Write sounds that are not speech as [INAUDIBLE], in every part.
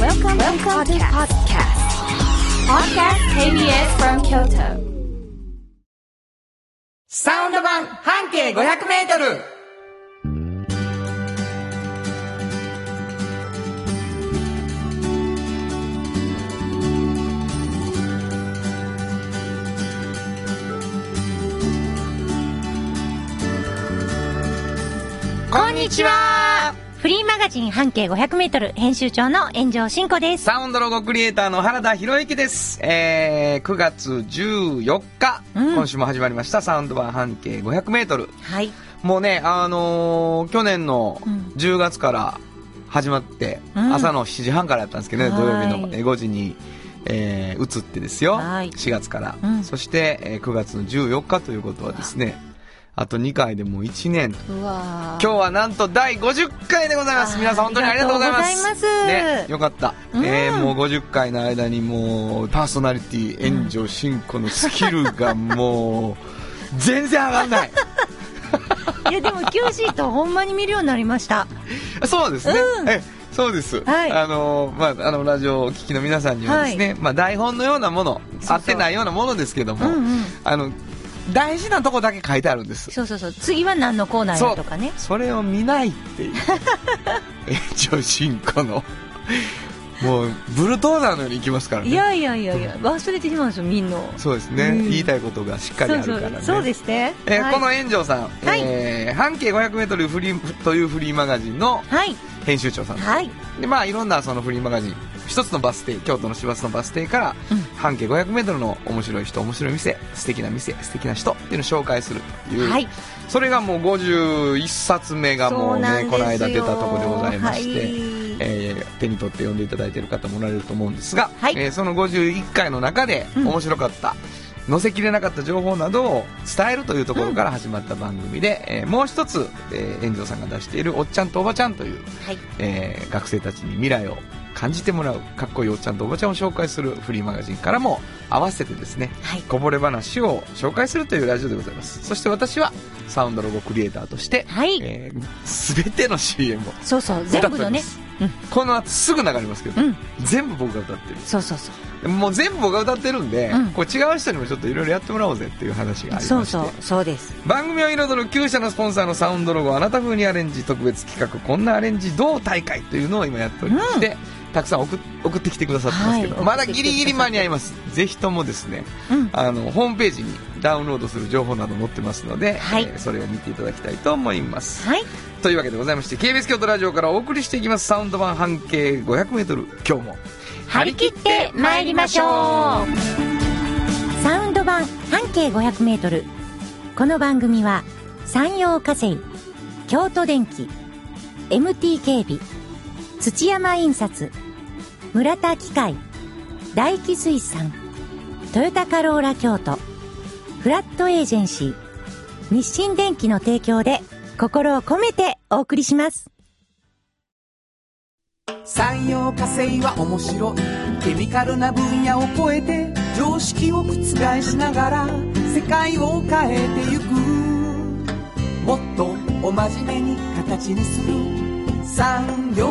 Welcome, to the podcast. Podcast KBS from Kyoto. サウンド版半径500メートルこんにちはフリーマガジン半径500メートル編集長の炎上真子です。サウンドロゴクリエイターの原田博之です。えー、9月14日、うん今週も始まりましたサウンド版半径500メートル。はい。もうね、あのー去年のうん10月から始まって、うん朝の7時半からやったんですけどね、はい土曜日のえー5時に、えー移ってですよ、はい4月から、うんそして、えー9月の14日ということはですね、あと2回でもう1年とうわ今日はなんと第50回でございますあー皆さん本当にありがとうございますありがとうございますね、よかった、うんえーもう50回の間にもうパーソナリティ炎上進行のスキルがもう全然上がんないいやでも Q シートほんまに見るようになりました。そうですね。うんえそうです、はいあのーまあ、あのラジオをお聞きの皆さんにはですね、まあ、台本のようなものそう合ってないようなものですけどうも、んうん。あの大事なとこだけ書いてあるんですそうそうそう。次は何のコーナーやとかね。それを見ないっていう炎上進行のもうブルトーザーのように行きますからねいやいやいやいや、忘れてしまうんですよ、みんな。そうですね、うん言いたいことがしっかりあるそかうそらうねそうですね。えーはいこの炎上さん、はいえー半径 500m フリーというフリーマガジンのはい。編集長さんですはい。でまあいろんなそのフリーマガジン一つのバス停京都の市バスのバス停から、うん半径 500m の面白い人面白い店素敵な店素敵な人っていうのを紹介するっていう、はい。それがもう51冊目がもうねこの間出たとこでございまして、て。えー手に取って読んでいただいている方もおられると思うんですが、はいえーその51回の中でうん面白かった、載せきれなかった情報などを伝えるというところから始まった番組で、えーもう一つ、えー、遠藤さんが出している「おっちゃんとおばちゃん」という、はいえー学生たちに未来を感じてもらうかっこいいおっちゃんとおばちゃんを紹介するフリーマガジンからも合わせてですねはい。こぼれ話を紹介するというラジオでございますそして私はサウンドロゴクリエイターとして、はい。えー全ての CM をそうそう、全部のね。歌っておりますこの後すぐ流れますけど、うん全部僕が歌ってるそうそうそう。もう全部僕が歌ってるんで、うんこう違う人にもちょっといろいろやってもらおうぜっていう話がありましてそうそう、そうです。番組を彩る旧社のスポンサーのサウンドロゴをあなた風にアレンジ特別企画こんなアレンジどう大会というのを今やっておりまして、たくさん送っ送ってきてくださってますけど、はいまだギリギリ間に合いますぜひともですねうん。あのホームページにダウンロードする情報など載ってますので、はいえーそれを見ていただきたいと思いますはい。というわけでございまして KBS 京都ラジオからお送りしていきますサウンド版半径 500m 今日も張り切って参りましょうサウンド版半径500メートル。この番組は、山陽火星、京都電機、MT 警備、土山印刷、村田機械、大気水産、トヨタカローラ京都、フラットエージェンシー、日清電機の提供で心を込めてお送りします。産業化成は面白いケミカルな分野を超えて常識を覆しながら世界を変えてゆくもっとお真面目に形にする産業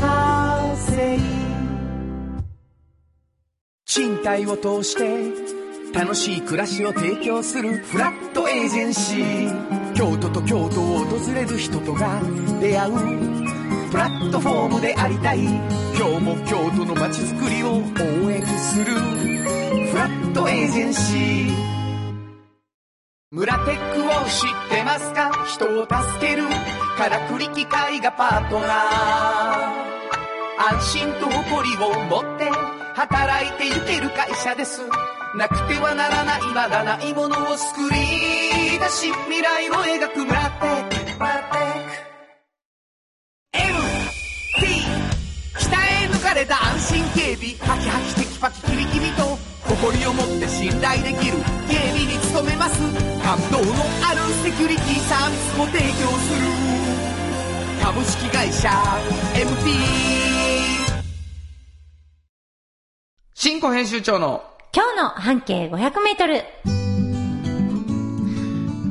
化成賃貸を通して楽しい暮らしを提供するフラットエージェンシー京都と京都を訪れる人とが出会うプラットフォームでありたい今日も京都の街づくりを応援するフラットエージェンシー村テックを知ってますか人を助けるからくり機械がパートナー安心と誇りを持って働いてゆける会社ですなくてはならないまだないものを作り出し未来を描く村テック村テック MT 北へ抜かれた安心警備ハキハキテキパキキビキビと誇りを持って信頼できる警備に努めます感動のあるセキュリティサービスも提供する株式会社 MT 新庫編集長の今日の半径500メートル。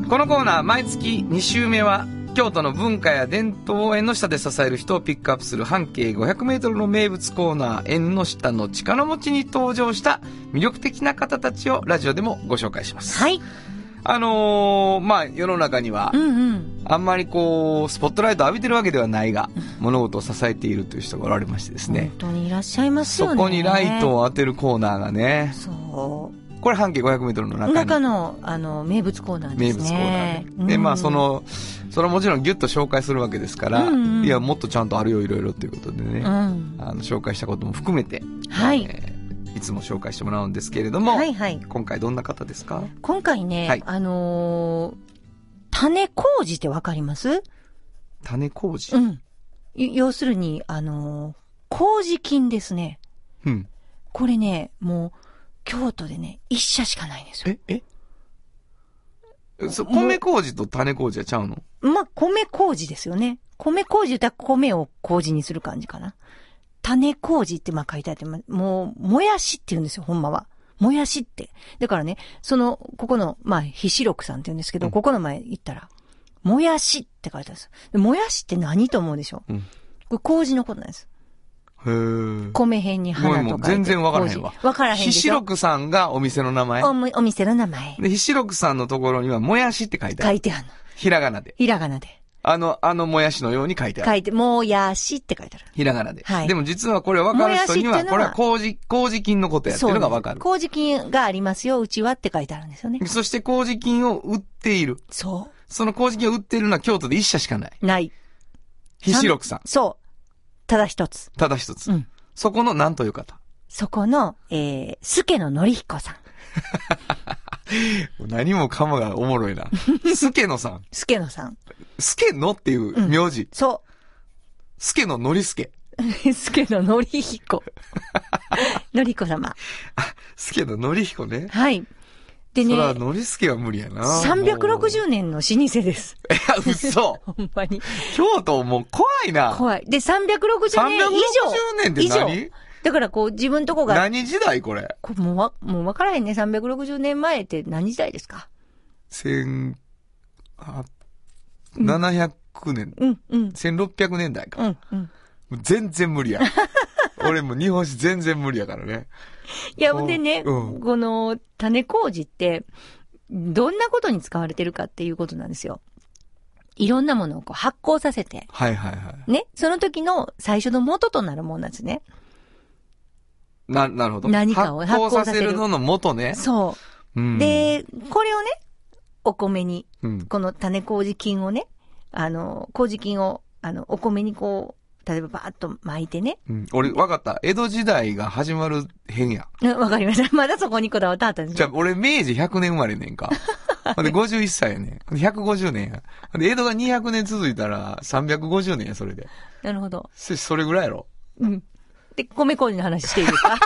このコーナー毎月2週目は京都の文化や伝統を縁の下で支える人をピックアップする半径500メートルの名物コーナー、縁の下の力持ちに登場した魅力的な方たちをラジオでもご紹介します。はい。あのーまあ、世の中にはう、んうん。あんまりこう、スポットライト浴びてるわけではないが、物事を支えているという人がおられましてですね本。当にいらっしゃいますそよね。こにライト。を当てるコーナーがね、そこれ半径500メートルのう。中中に。の、あの、名物コーナーで名す物コーナね。ーで。で、まあ、そうん、の、それはもちろんギュッと紹介するわけですから、うんうんいや、もっとちゃんとあるよ、いろいろということでね、うん。あの、紹介したことも含めて、はいえーいつも紹介してもらうんですけれども、はいはい。今回どんな方ですか今回ね、はいあのー種麹ってわかります種麹。うん。い要するに、あのー麹菌ですね。うん。これね、もう、京都でね、一社しかないんですよ。え、えそ米麹と種麹はちゃうのまあ、米麹ですよね。米麹だったら米を麹にする感じかな。種麹ってまあ書いてあって、まもう、もやしって言うんですよ、ほんまは。もやしって。だからね、その、ここの、まあ、ひしろくさんって言うんですけど、うんここの前行ったら、もやしって書いてあるんですよで。もやしって何と思うでしょうんこれ麹のことなんです。へー米辺に花とか。ごめんもう全然わからへんわわからへんでしょ。ひしろくさんがお店の名前お。むお店の名前。で、ひしろくさんのところには、もやしって書いてあ書る。いてあるの。ひらがなで。ひらがなで。あの、あのもやしのように書いてある。書いて、もやしって書いてある。ひらがなで。はいでも実はこれ分かる人にもやしっていは、うのはこれは麹、麹菌のことやってそいううなのんがです分かる。麹菌がありますよ、うちはって書いてあるんですよね。そして麹菌を売っている。そその麹菌を売っているのは京都で一社しかない。う。ない。ひしろくさん。そう。ただ一つ。ただ一つ。うんそこの何とい [LAUGHS] う方。そこの、えー、すけののりひこさん。何もかもがおもろい [LAUGHS] な。すけのさん。すけのさん。すけのっていう名字。そすけののりすけ。う。 [LAUGHS] すけののりひ [LAUGHS] こ。のりこ様。すけののりひこね。はい。でそねれ、はのりすけは無理やな。も360年の老舗です。う。いや、嘘。ほんまに。京都もう怖いな。怖い。で、360 360年以年って上。以上。何だからこう、自分とこが何時代これこれもうわ、もうわからへんね。360年前って何時代ですか千、あ、700年、うん、うん、 1600年代か。うん、うん。もう全 [LAUGHS] 然無理や。俺もう日本史全然無理やからね。いや、こうほんでね、うんこの種麹って、どんなことに使われてるかっていうことなんですよ。いろんなものをこう発酵させて、はいはいはい。ね、その時の最初の元となるものなんですね。な、なるほど。何かを発発酵酵ささせせるるのの元ね。そうんう。、で、これをね、お米に、うん。この種麹菌をね、あの、麹菌を、あの、お米にこう、例えばバーッと巻いてね。 [LAUGHS] うん俺、わかった。江戸時代が始まる変や。うんわかりました。 [LAUGHS] まだそこにこだわってあったんですねじゃあ、俺、明治100年生まれ [LAUGHS] ねんか。ほんで、51歳やねん。ほんで150年や。ほんで、江戸が200年続いたら、350年や、それで。なるほど。そそれぐらいやろ。うん。で、米麹の話していいですか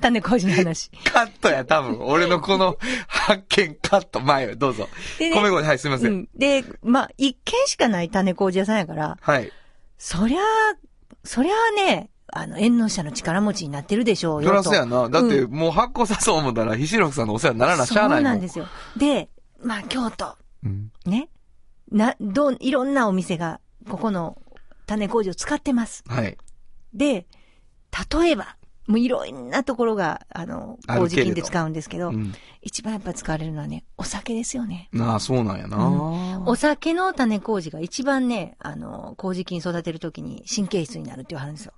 [LAUGHS] 種麹の話。カットや、[LAUGHS] 多分。俺のこの発見カット。前よ、どうぞ。でね米米、はい、すいませ。うんん。で、まあ、一軒しかない種麹屋さんやから、はい。そりゃあ、そりゃあね、あの、縁の下の力持ちになってるでしょうよドと。ラスやな。だって、うもう発酵さそう思ったら、ひしろくさんのお世話にならなしゃそあうないもなんですよ。で、まあ、京都、うんね。な、どう、いろんなお店が、ここの種麹を使ってます。はい。で、例えば、もういろんなところが、あの、あるけれど麹菌で使うんですけど、うん。一番やっぱ使われるのはね、お酒ですよね。なあ、そうなんやな。うんお酒の種麹が一番ね、あの、麹菌育てるときに神経質になるって言われるんですよ。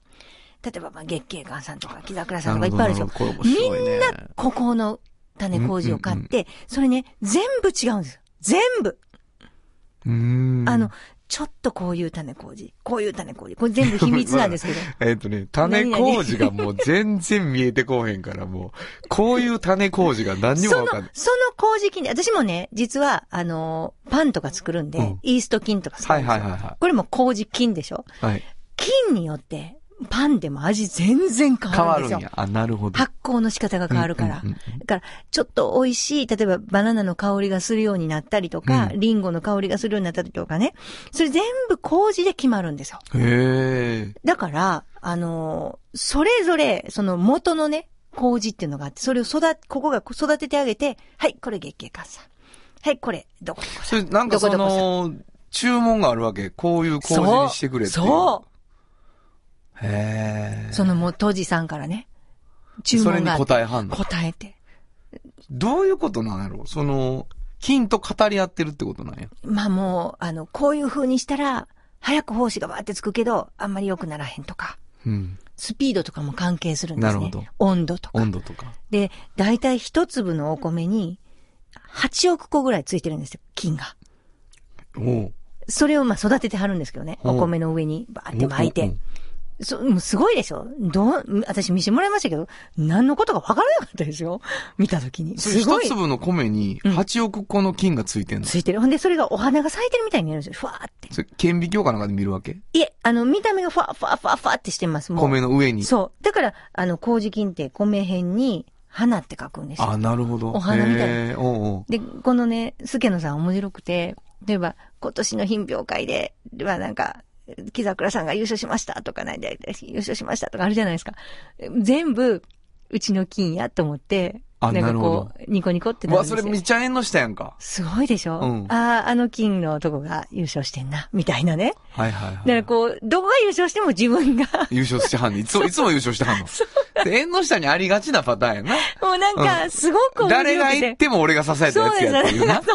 例えば、まあ、月桂冠さんとか、木桜さんとかいっぱいあるでしょな。ほどなるほどこれ面み白いねんな、ここの種麹を買って、それね、全部違うんですよ。全部。うーんあの、、ちょっとこういう種麹、こういう種麹、これ全部秘密なん [LAUGHS] ですけど。 [LAUGHS] えっ、とね、種麹がもう全然見えてこうへんから、もう、こういう種麹が何にもそわの、そかんのない。麹菌で、私もね、実は、あの、パンとか作るんで、うんイースト菌とか作はるいんですはよ。いはいはこれも麹菌でしょい。はい。菌によって、パンでも味全然変変わわるんでるすよん。や。あ、なるほど。発酵の仕方が変わるから。うんうんだから、ちょっと美味しい、例えばバナナの香りがするようになったりとか、うんリンゴの香りがするようになったりとかね。それ全部麹で決まるんですよ。うんへえ。だから、あのーそれぞれ、その元のね、麹っていうのがあって、それを育て、ここが育ててあげて、はい、これ月経換算。はい、これ、どこどこさそれ、なんかどそこどこさんの、注文があるわけ。こういう構図にしてくれっていう。。そうう。へえ。そのもう、当時さんからね。注文があって。それに答えはんの答えて。どういうことなんやろうその、金と語り合ってるってことなんや。まあもう、あの、こういう風にしたら、早く胞子がバーってつくけど、あんまり良くならへんとか。うん。スピードとかも関係するんですね。なるほど温度とか。温度とか。で、大体一粒のお米に、8億個ぐらいついてるんですよ、菌が。おうそれをまあ育ててはるんですけどね。うんお米の上にバーって巻いうんてうん。そもうすごいでしょどう、私見してもらいましたけど、何のことか分からなかったですよ。見たときに。それすご一い。粒の米に8億個の金がついてんの、ついてる。ほんで、それがお花が咲いてるみたいに見えるんですよ。ふわーって。それ顕微鏡かなんかで見るわけいえ、あの、見た目がふわふわふわふわってしてます。もう米の上に。そう。だから、あの、麹菌って米辺に花って書くんですよ。あ、なるほど。お花みたいなへえおうおうで、このね、助野さん面白くて、例えば、今年の品評会で、はなんか、木桜さんが優勝しましたとか、なんで、優勝しましたとかあるじゃないですか。全部、うちの金やと思って、あなんなかるほこどう、ニコニコってなるんうわ、ですそよれみちゃん縁の下やんか。すごいでしょ、うんああ、あの金のとこが優勝してんな、みたいなね。はいはいはい。だからこう、どこが優勝しても自分が、優勝してはんねん。いつも、いつも優勝してはんの。で縁の下にありがちなパターンやな。もうなんか、すごく面白くて。誰が行っても俺が支えたやつやっていうな。そうそうそ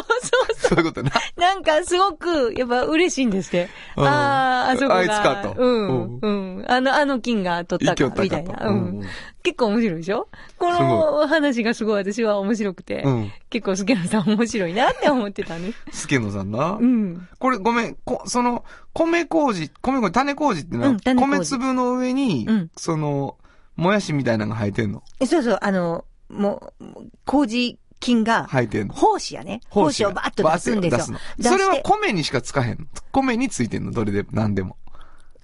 う。 [LAUGHS] そういうことな。なんかすごく、やっぱ嬉しいんですって。うんああ、あそこが。あいつかとうん、うん。あの、あの金が取った行きよかっ、たみかたいとな。。ううんん。結構面白いでしょこすのご話がすごい私は面白くて。うん結構、助野さん面白いなって思ってた [LAUGHS] ね。スケノさんなう。ん。これごめん、こ、その、米麹、米麹、種麹ってのうんは、種麹米粒の上に、うんその、もやしみたいなのが生えてんのそうそう、あの、もう、もう麹菌が、生えてんの胞子やね。胞子をバーッと出すんですよバーッ。て出出すのそれしはて、米にしかつかへんの米についてんのどれで、何でも。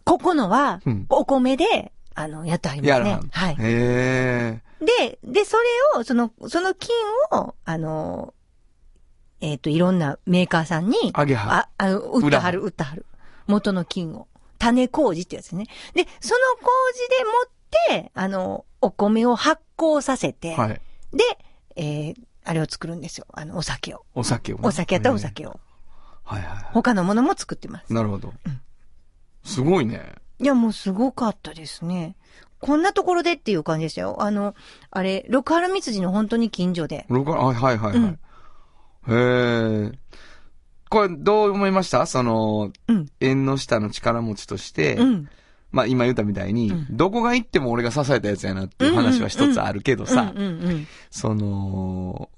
ここのはうん、お米で、あの、やってありまやすらはねん。。はい。へで、で、それを、その、その菌を、あの、えっ、と、いろんなメーカーさんに、ー。揚げは。あ、あの、売ったはる、売ったはる。元の菌を。種麹ってやつね。で、その麹で持って、あの、お米を発酵させて、はい。で、えーあれを作るんですよ。あの、お酒を。お酒をね。お酒やったらおへ酒を。ー。はいはいは他のものも作ってますい。。なるほど。すごいね。いや、もうすごかったですね。こんなところでっていう感じでしたよ。あの、あれ、六原蜜寺の本当に近所で。ロカはいはいはいはい。へえ。これどう思いましたその、うん。縁の下の力持ちとして、うん。まあ今言ったみたいに、うんどこが行っても俺が支えたやつやなっていう話は一つあるけどさ、うんうんうん。その、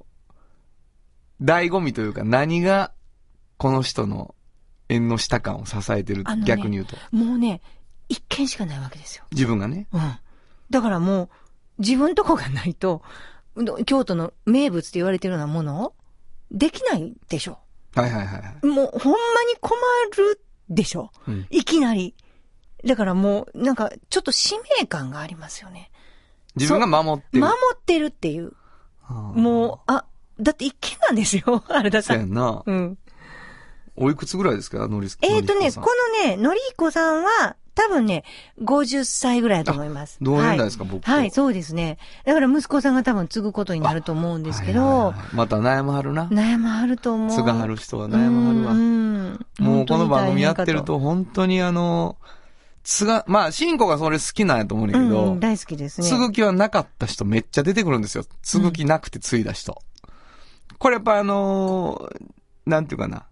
醍醐味というか何がこの人の縁の下感を支えてる、あのね逆に言うと。もうね、一軒しかないわけですよ。自分がね。うん。だからもう、自分とこがないと、ど京都の名物って言われてるようなものできないでしょ。はいはいはいはい。もう、ほんまに困るでしょ。うんいきなり。だからもう、なんか、ちょっと使命感がありますよね。自分が守ってる。守ってるっていう。うんもう、あ、だって一軒なんですよ、 [LAUGHS] 原田そさうやん。んな。うん。おいくつぐらいですかノリスえっ、とノリね、スこコさんのね、のりいこさんは、多分ね、50歳ぐらいだと思います。同年代ですすか、僕と。はい、はい、そうですね。だから息子さんが多分継ぐことになると思うんですけど、はいはいはいまた悩まはるな。悩まあると思う。つがはる人は悩まはるわ。うんもうこの番組やってる。と本当にあの、つが、まあ、シンコがそれ好きなんやと思うんだ本当に大変けかとうんど、うん、大好きですね。継ぐ気はなかった人めっちゃ出てくるんですよ。継ぐ気なくて継いだ人。これやっぱあのーなんていうかな。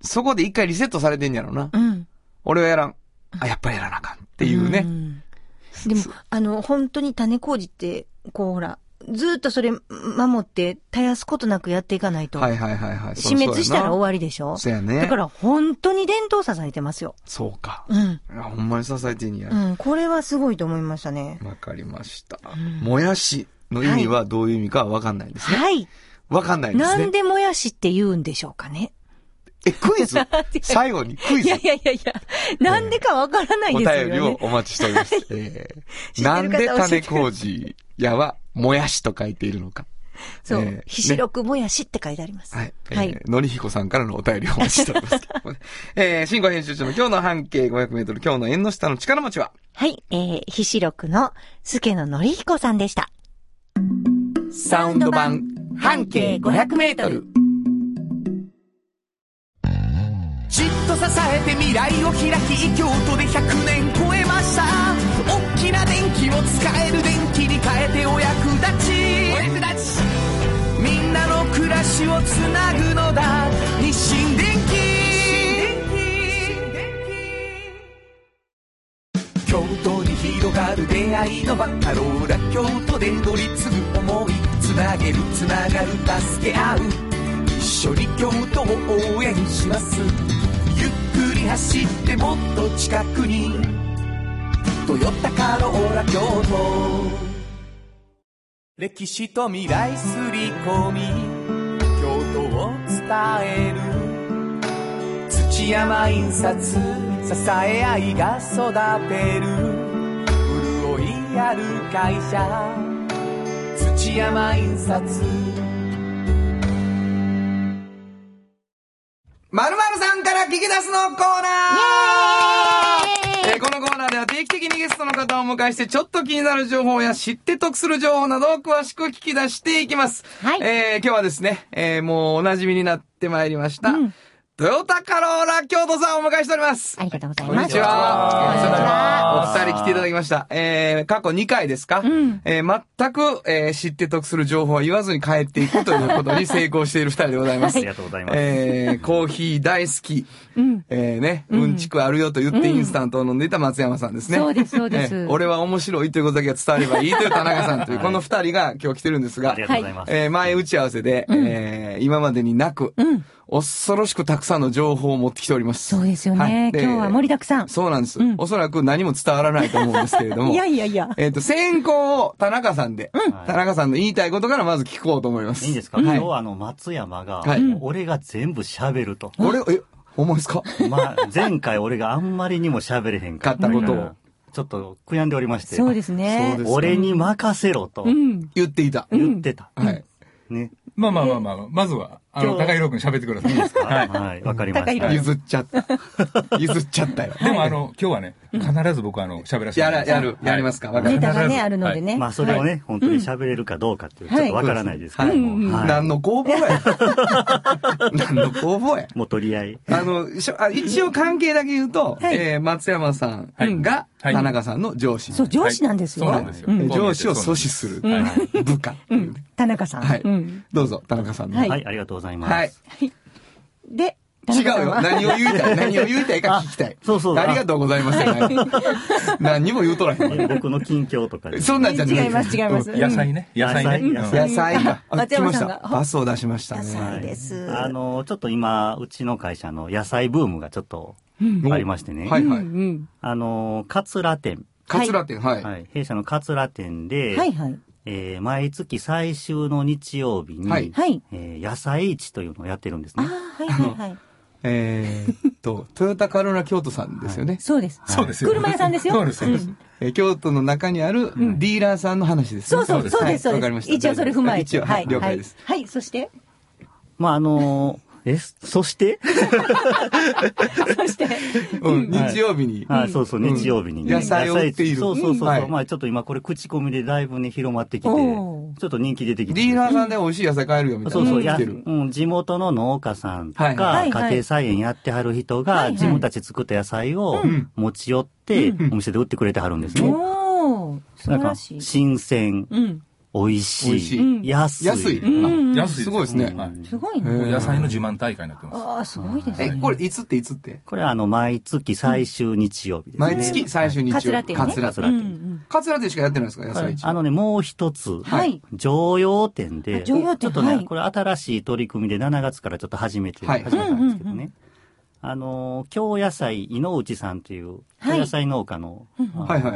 そこで一回リセットされてんやろな。うん。っ俺はやらん。あ、やっぱりやらなあかん。ってていうね。でも、あの、本当に種麹って、こうほら、ずっとそれ守って、絶やすことなくやっていかないと。はいはいはいはい。死滅したら終わわりでしょそうやね。だから本当に伝統支えてますよ。そうか。うん。いやほんまに支えてんねや。うん。これはすごいと思いましたね。わかりました。んもやしの意味はどういう意味かはわかんないですね。はい。わかんないですね。なんでもやしって言うんでしょうかね。え、クイ [LAUGHS] ズ最後にクイいズやいやいやいや、なんでかわからないですおよ便ね。りをお待ちしてお [LAUGHS] ります。え知ってるー、方なんで教え種て麹屋はもやしと書いているのか。そう、えーねひしろくもやしって書いてあります。はい。えーはい。のりひこさんからのお便りをお待ちしておりま [LAUGHS] すけどね。えー、新語編集長の今日の半径500メートル、今日の縁の下の力持ちは、はい、えー、ひしろくの、すけののりひこさんでした。サウンド版半径500メートル。じっと支えて未来を開き京都で100年超えました大きな電気を使える電気に変えてお役立ちお役立ちみんなの暮らしをつなぐのだ日清電気京都に広がる出会いのバカローラ京都で乗り継ぐ思いつなげるつながる助け合う一緒に京都を応援しますゆっくり走ってもっと近くに「トヨタカローラ京都」歴史と未来すり込み京都を伝える土山印刷支え合いが育てる潤いある会社土山印刷まるまるさんから聞き出すのコーナーえーこのコーナーでは定期的にゲストの方をお迎えして、ちょっと気になる情報や知って得する情報などを詳しく聞き出していきます。はいえー今日はですね、えーもうお馴染みになってまいりました、トヨタカローラ京都さんをお迎えしております。ありがとうございこんまにす。ちは。こんにちは。お二人来ていただきました。えー、過去2回ですか、んえー全く、えー知って得する情報は言わずに帰っていくということに成功している二人でございます。ありがとうございます。えーコーヒー大好き。えーね、うんちくあるよと言ってインスタントを飲んでいた松山さんですね。そうですそうですえー俺は面白いということだけが伝わればいいという田中さんという、この二人が今日来てるんですが、ありがとうございます。えー前打ち合わせで、えー今までになく、恐ろしくたくさんの情報を持ってきております。そうですよはいね。今日は盛りだくさん。そうなんです、おそらく何も伝わらないと思うんですけれども。いやいやいや。えっ、と、先行を田中さんで、はい田中さんの言いたいことからまず聞こうと思います。いいんですか、今日はあの、松山が、はい俺が全部喋ると。俺、え、ほんまですかまあ、前回俺があんまりにも喋れへんかった勝ったことをうんちょっと悔やんでおりまして。そうですそうねで。す俺に任せろとうん。言っていた。言ってた。はい。ね。まあまあまあまあ、まずは、あ今の、日高弘君喋ってください。いいですかは。はいい。わかりま高いし色た。譲っちゃ [LAUGHS] った。譲っちゃったよ。 [LAUGHS] でもあの、今日はね、必ず僕はあの、喋らせて。やら、やる、やりますすかわかネる。タが必ね、ずあるのでね。まあ、それをはい。ね、本当に喋れるかどうかっていう、ちょっとわからないですけども。はい何の工房 [LAUGHS] や。何の工房や。もう取り合い。あの、しょあ一応関係だけ言うと、えー松山さんがは田い中さんの上司。そう、上司なんですそうよなんで。すよえーうん上司を阻止するは部下。田中さん。はいうん。どうぞ、田中さんの。ははい、ありがとうございます。はい。で、田違う中さんよ。は。何を言い [LAUGHS] たい、何を言いたいか聞きたい。あそうそうありがとうございます。 [LAUGHS] 何にも言うとらへねん。僕の近況とかで。そんなんじゃない違います、違います。野菜ね。野菜ね。野菜野菜が。あ、松来山ましさんたが。パスを出しましたね。野菜ですあの、ちょっと今、うちの会社の野菜ブームがちょっとありましてね。はいはうい。ん。あの、カツラ店。カツラ店、はい。はい。弊社のカツラ店で、はいはい。えー毎月最終の日曜日に、はいはい。えー野菜市というのをやってるんですああね。、はいはいはい。えーっと、トヨタカローラ京都さんですよね。そうです。そうですよ。車屋さんですよそうです、そうです。えー京都の中にあるディーラーさんの話ですそね。うそう、そうです、はそいわかりうまでしす。た一応それ踏まえ大丈夫です一て。応、はい、了解です。。はい、そして、まあ、あのーえ、そして、そして、うん、はい日曜日に。はい、そうそう、うん日曜日に、野菜を売っているそうそうそうそう、はいまあ、ちょっと今これ口コミでだいぶね、広まってきて、ちょおーっと人気出てきて。ディーラーさんで美味しい野菜買えるよみたいな。そうそう、来やてる。うん、地元の農家さんとか、はいはい家庭菜園やってはる人が、はいはい自分たち作った野菜を持ち寄って、お店で売ってくれてはるんですね。おー、素なん晴からしい。新鮮、うん。美味しい、美味しい安い。安い。んあ安いすごいですねはいすごいね。もう野菜の自慢大会になってます。ああ、すごいですえ、ね。これ、いつっていつってこれはあの、毎月最終日曜日ですね。毎月最終日曜カツラ店ねカツラカツ店ラうんう店ん。カツラ店しかやってないんですか野菜市。あのね、もう一つ、はい常用店で、あ常用店ちょっとね、はいこれ新しい取り組みで7月からちょっと始めて、はい始めたんですけどね。あの、京野菜、井之内さんという、はい京野菜農家の、あのはいは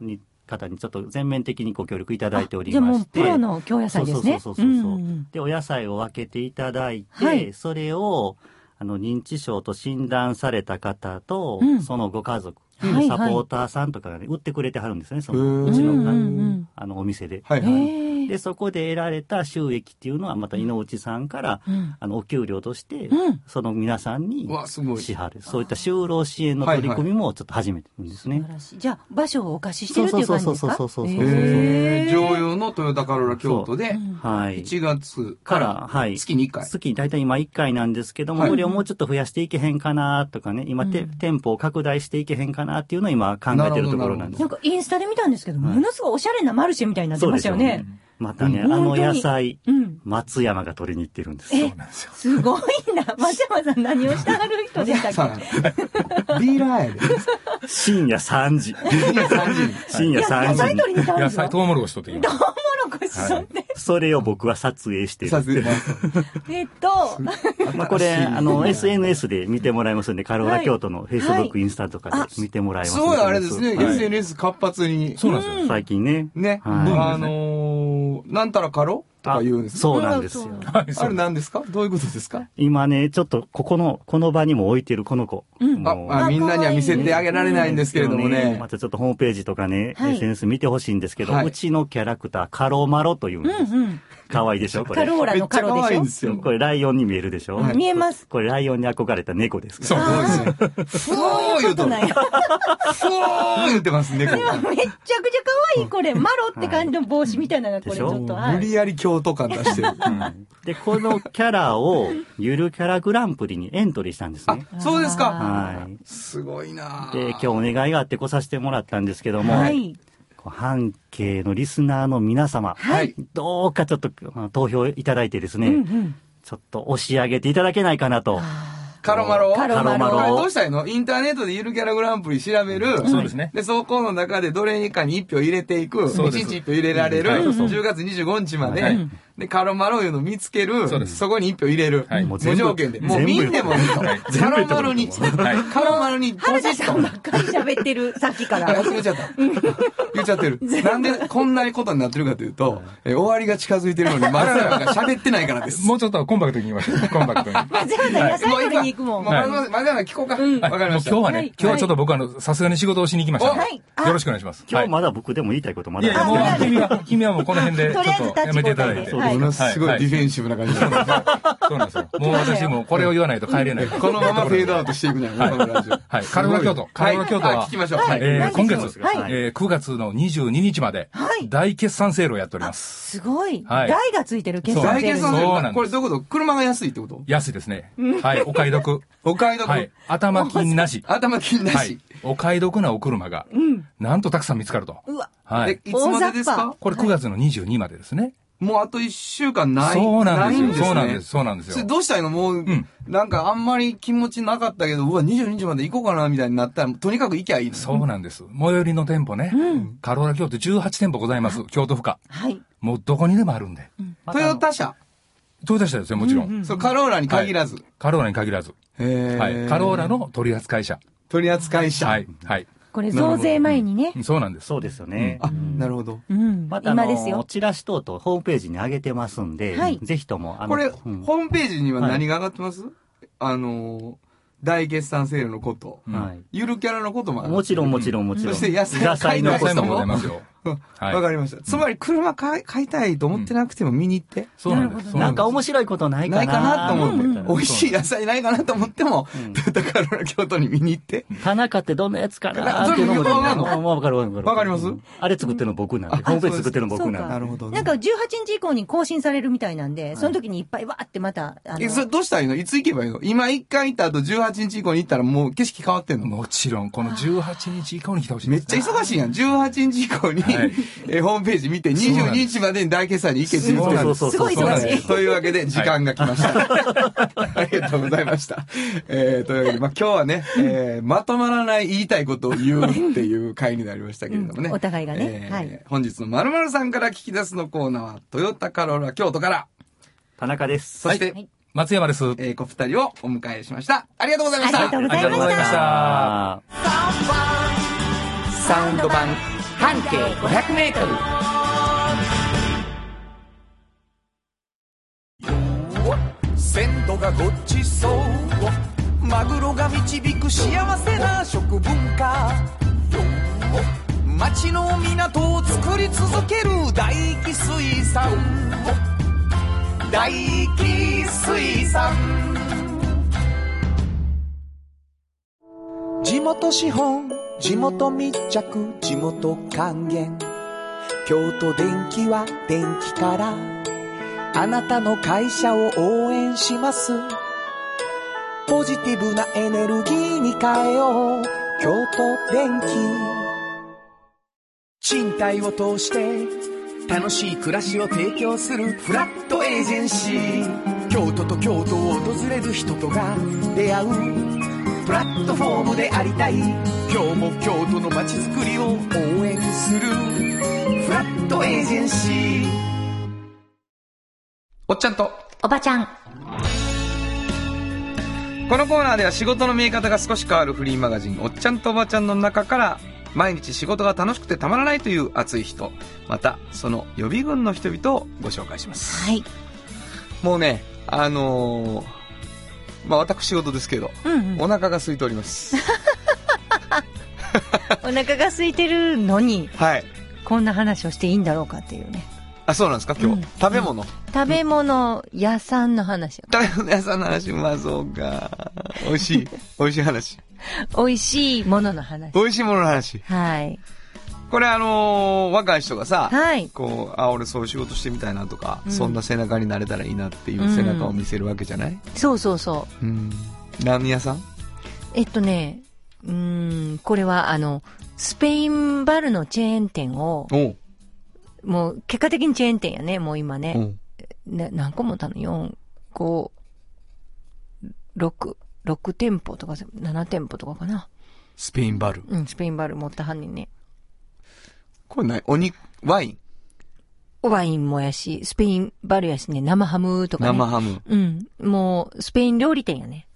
いに方にちょっと全面的にご協力いただいておりじゃあまもうしプて。ロの京野菜ですね。そうそうそうそうそう、んんで、お野菜を分けていただいて、はいそれを、あの、認知症と診断された方と、うんそのご家族、はいはいサポーターさんとかがね、売ってくれてはるんですね、そへーの、うちうんの、うんうんあの、お店で。はいはい。へえ。で、そこで得られた収益っていうのは、また井之内さんから、うんあの、お給料として、うんその皆さんにうわすごい支払う。そういった就労支援の取り組みもちょっと始めてるんですね。素晴らしいじゃあ、場所をお貸ししてるっていう感じですかそうそうそうそうそうそうそうえー、へー常用のトヨタカローラ京都で、はい。 1月かから、らはい。月に1回。月に大体今1回なんですけども、はいこれをもうちょっと増やしていけへんかなとかね、今て、店舗を拡大していけへんかなっていうのを今考えてるところなんですなん。かインスタで見たんですけど、ものすごいおしゃれなマルシェみたいになってそうまでしすたよよねね。。またね、うんあの本当に野菜、うん。松山が取りに行ってるんですよ。え、すごいな。松山さん何をしてはる人でしたっさあ、ディーラーやで。深夜3時。 3時に。け深夜いや3野時菜に。取りに行ったん野ですよ菜、。トウモロコシ取ってきトまウす。モロコシ取って、それを僕は撮影してさる。すがえっと、まあこれ、あの、SNS で見てもらえますんで、カローはラい京都のは Facebook、いインスタとかで見てもらえますすんで。ごいあれですね、はい SNS 活発に。そうなんですよ。最近ね。ね、はあのー、なんたらカロとか言うんですねそうなんですよ。はい、あそれう何ですかどういうことですか今ね、ちょっと、ここの、この場にも置いてるこの子。あもうあ、みんなには見せてあげられないんですけれどもねま。たちょっとホームページとかね、はい SNS 見てほしいんですけど、はいうちのキャラクター、カロマロというんです。うんうん。かわいいでしょこカれ。ローラめっのちゃカロ可愛いんででしすよ。これライオンに見えるでしょ、はょ。見えます。これライオンに憧れた猫ですかそら。うそうですね。ふそうおーい言ううこととるなんや。めちゃくちふおー言うてますね、こゃ可愛い、これ。マロって感じの帽子みたいなのがこれ、ちょっと。れ。は無い理やり京都感出してる。で、このキャラを、ゆるキャラグランプリにエントリーしたんですあね。、そうですか。はい。すごいなで、今日お願いがあって来させてもらったんですけども、はい。こう半径のリスナーの皆様、はいどうかちょっとあの投票いただいてですね、うんうん。ちょっと押し上げていただけないかなと。カロマロカロマロこれどうしたらいいのインターネットでゆるキャラグランプリ調べる。そうですねで、そこの中でどれかに1票入れていく。そ1うです日1票入れられる。はい10月25日まはでい。で、カロマロいうのを見つける。そうですそこに1票入れる。はい無条件で。もう全部見んでもいいと。はいカロマロに。全部言ってもカロマロにポ原チ田ッさとんば。っかり喋ってる、さっきかあら。忘れちゃった。言っちゃってる。なんでこんなにことになってるかというと、え終わりが近づいてるのに、松山が喋ってないからです。もうちょっとコンパクトに言いましょう。コ [LAUGHS] ンパクトに。は松山さん、野菜取りに行くもん。もう松山松山聞こうか。いわかりました。もう今日ははいね、今日はちょっと僕あの、さすがに仕事をしに行きましたので。はいあよろしくお願いします。今日はいまだ僕でも言いたいことまいだやいや、もあう君は、君はもうこの辺で、ちとょりあえずっとやめていただいて。立ちはいものすごいディフェンシブな感じそうなんですよ。 [LAUGHS] もう私もうこれを言わないと帰れない。このままフェードアウトしていくんじゃないこのラジオはい。カルマ京都。カルマ京都はいは聞きましょう。えーはい今何で月しょうはいえー9月の22日まではい大決算セールをやっております。すごい。はい台がついてる決そう算大税決です算そすうるなんですこれどういうこと車が安いってこと安いですね。はい。お買い得。お買い得。はい。頭金なし。頭金なはしい。。お買い得なお車が、なんとたくさん見つかると。うわ。はで、いい。つまでです大雑か把これ9月の22までですね。もうあと1週間ない。そうなんいですよ。そうなんねです。そうなんですそれよ。どうしたいのもう、んなんかあんまり気持ちなかったけど、うわ、22日まで行こうかな、みたいになったら、とにかく行きゃいいの。そうなんです。最寄りの店舗ね。カローラ京都18店舗ございます。京都府下。はい。もうどこにでもあるんで。トヨタ車。トヨタ車ですよ、もちろん。そう、カローラに限らず。カローラに限らず。えはい。カローラの取扱い者。取り扱い者。はい。はい。これ増税前にね。そうなんです。そうですよね。あ、なるほど。うん。またあの今ですよ。チラシ等々ホームページに上げてますんで、はいぜひとも、あのこれ、うんホームページには何が上がってます、あのー、大決算セールのこと、はいゆるキャラのことも上がもってちろんもちろんもちろん。そして野菜を買いに野行野こうとこと菜ももございますよ。る。 [LAUGHS] はいわかりました。つまり車買い買いたいと思ってなくても見に行って。そうなんです。そうなんですか面白いことないなかいなかなと思って、うんうん美味しい野菜ないかなと思っても、トヨタカローラ京都に見に行って、田中ってどんなやつかな [LAUGHS] そっれていうのもわかんのもうわかるわかる。わかりますあれ作ってるの僕なんで、ホームページ作ってるの僕なんで。なるほどねなんか18日以降に更新されるみたいなんで、その時にいっぱいわーってまた、あのえ、それどうしたらいいのいつ行けばいいの今一回行った後18日以降に行ったらもう景色変わってんのもちろん、この18日以降に来てほしいめでっすちゃ忙しいやん。18日以降に、はいえホームページ見てそう22なんで日までに大決算に行けっていうことなんですそうそうそうすごい忙しいそうなんですというわけで時間が来ました。ありがとうございました。えー、というわけで、まあ今日はね、えーまとまらない言いたいことを言うっていう回になりましたけれどもね。うんお互いがねえーはい本日のまるさんから聞き出すのコーナーは、トヨタカローラ京都から、田中です。そして、はい松山です。えー、お二人をお迎えしました。ありがとうございました。ありがとうございましたた。サウンド版半径500メートル。鮮度がごちそうマグロが導く幸せな食文化町の港を作り続ける大気水産大気水産地元資本地元密着地元還元京都電気は電気からあなたの会社を応援しますポジティブなエネルギーに変えよう京都電気賃貸を通して楽しい暮らしを提供するフラットエージェンシー京都と京都を訪れる人とが出会うプラットフォームでありたい今日も京都の街づくりを応援するフラットエージェンシーおっちゃんとおばちゃん。このコーナーでは仕事の見え方が少し変わるフリーマガジン「おっちゃんとおばちゃん」の中から毎日仕事が楽しくてたまらないという熱い人またその予備軍の人々をご紹介しますはい。もうねあのーまあ私仕事ですけどうんうん。お腹が空いております [LAUGHS] お腹が空いてるのに、はいこんな話をしていいんだろうかっていうね。あそうなんですか今日、うん食べ物食べ物、屋さんの話。食べ物屋さんの話うまそうか美味し [LAUGHS] い美味しい話美味しいものの話。美味しいものの話はい。これあのー若い人がさ、はい。こうあ俺そういう仕事してみたいなとか、うんそんな背中になれたらいいなっていう背中を見せるわけじゃない、そうそうそう。うん何屋さんえっとね、うーん、これはあの、スペインバルのチェーン店を、おうもう結果的にチェーン店やね、もう今ね。おうな何個もたの ?4、5、6、6店舗とか7店舗とかかな。スペインバルうん、スペインバル持った犯人ね。これないお肉ワインワインもやし、スペインバルやしね、生ハムとかね。生ハムうん。もう、スペイン料理店やね。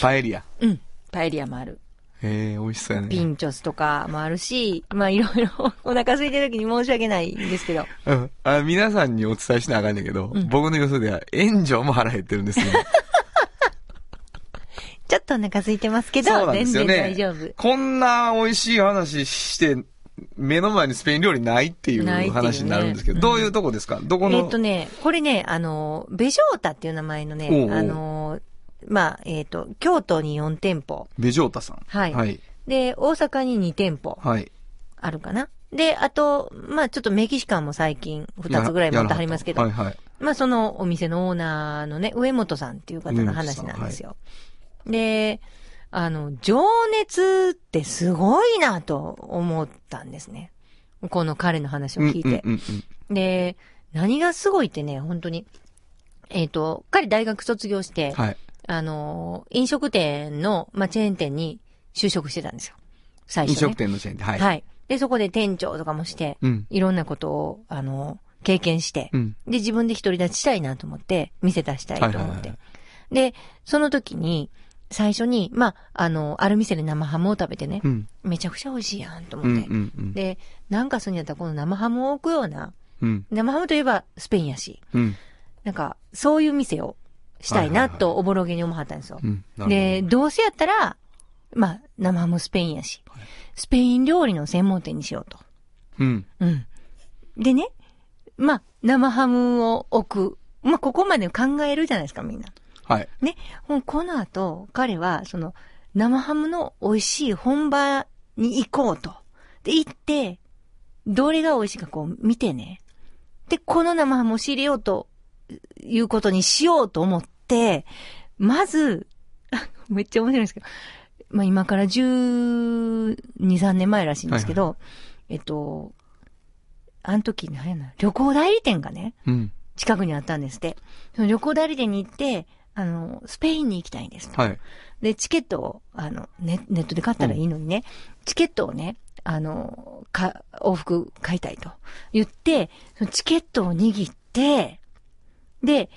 パエリアうん。パエリアもある。へえ美味しそうやピねンチョスとかもあるし、まあいろい [LAUGHS] ろお腹空いてる時に申し訳ないんですけど。うんあ皆さんにお伝えしなあかんねんけど、うん僕の予想では援助も腹減ってるんですよ [LAUGHS] ちょっとお腹空いてますけそうど、なんで全す然よね大丈夫。こんな美味しい話して目の前にスペイン料理ないっていうないっていうね話になるんですけど、うんどういうとこですかどこの、えっとね、これね、あの、ベジョータっていう名前のね、おうおうあの、まあ、えっ、と、京都に4店舗。ベジョータさんはいはい、で、大阪に2店舗はい、あるかな。で、あと、まあ、ちょっとメキシカンも最近2つぐらい持ってはりますけど、はいはいまあ、そのお店のオーナーのね、上本さんっていう方の話なんですよ。で、あの、情熱ってすごいなと思ったんですね。この彼の話を聞いて。うんうんうんで、何がすごいってね、本当に。えっ、と、彼大学卒業して、うん、はいあのー、飲食店の、まあ、チェーン店に就職してたんですよ。最初、ね。飲食店のチェーンではい、はい。で、そこで店長とかもして、うんいろんなことを、あのー、経験して、うんで、自分で独り立ちしたいなと思って、店出したいと思って。はいはいはいはで、その時に、最初に、まあ、あの、ある店で生ハムを食べてね、うんめちゃくちゃ美味しいやんと思うんって。うんうんで、なんかするんやったらこの生ハムを置くような、うん生ハムといえばスペインやし、うんなんか、そういう店をしたいはいなはいはいとおぼろげに思はったんですよう。んなるほどで、どうせやったら、まあ、生ハムスペインやし、スペイン料理の専門店にしようと。うんうん。でね、まあ、生ハムを置く。まあ、ここまで考えるじゃないですか、みんな。はいね。もうこの後、彼は、その、生ハムの美味しい本場に行こうと。で、行って、どれが美味しいかこう見てね。で、この生ハムを仕入れようと、いうことにしようと思って、まず、 [LAUGHS] めっちゃ面白いんですけど、まあ今から12、3年前らしいんですけど、えっと、あの時、なんやな、旅行代理店がね、うん近くにあったんですって。その旅行代理店に行って、あの、スペインに行きたいんですと。はいで、チケットを、あの、ネネットで買ったらいいのにね、チケットをね、あの、か、往復買いたいと言って、そのチケットを握って、で、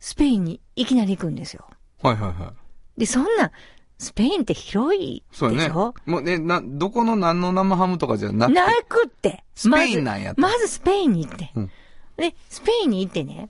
スペインにいきなり行くんですよ。はいはいはいで、そんな、スペインって広いでしそょうよねもうねなどこの何の生ハムとかじゃなくてなくって。スペインなんやとまずまずスペインに行って。うんで、スペインに行ってね、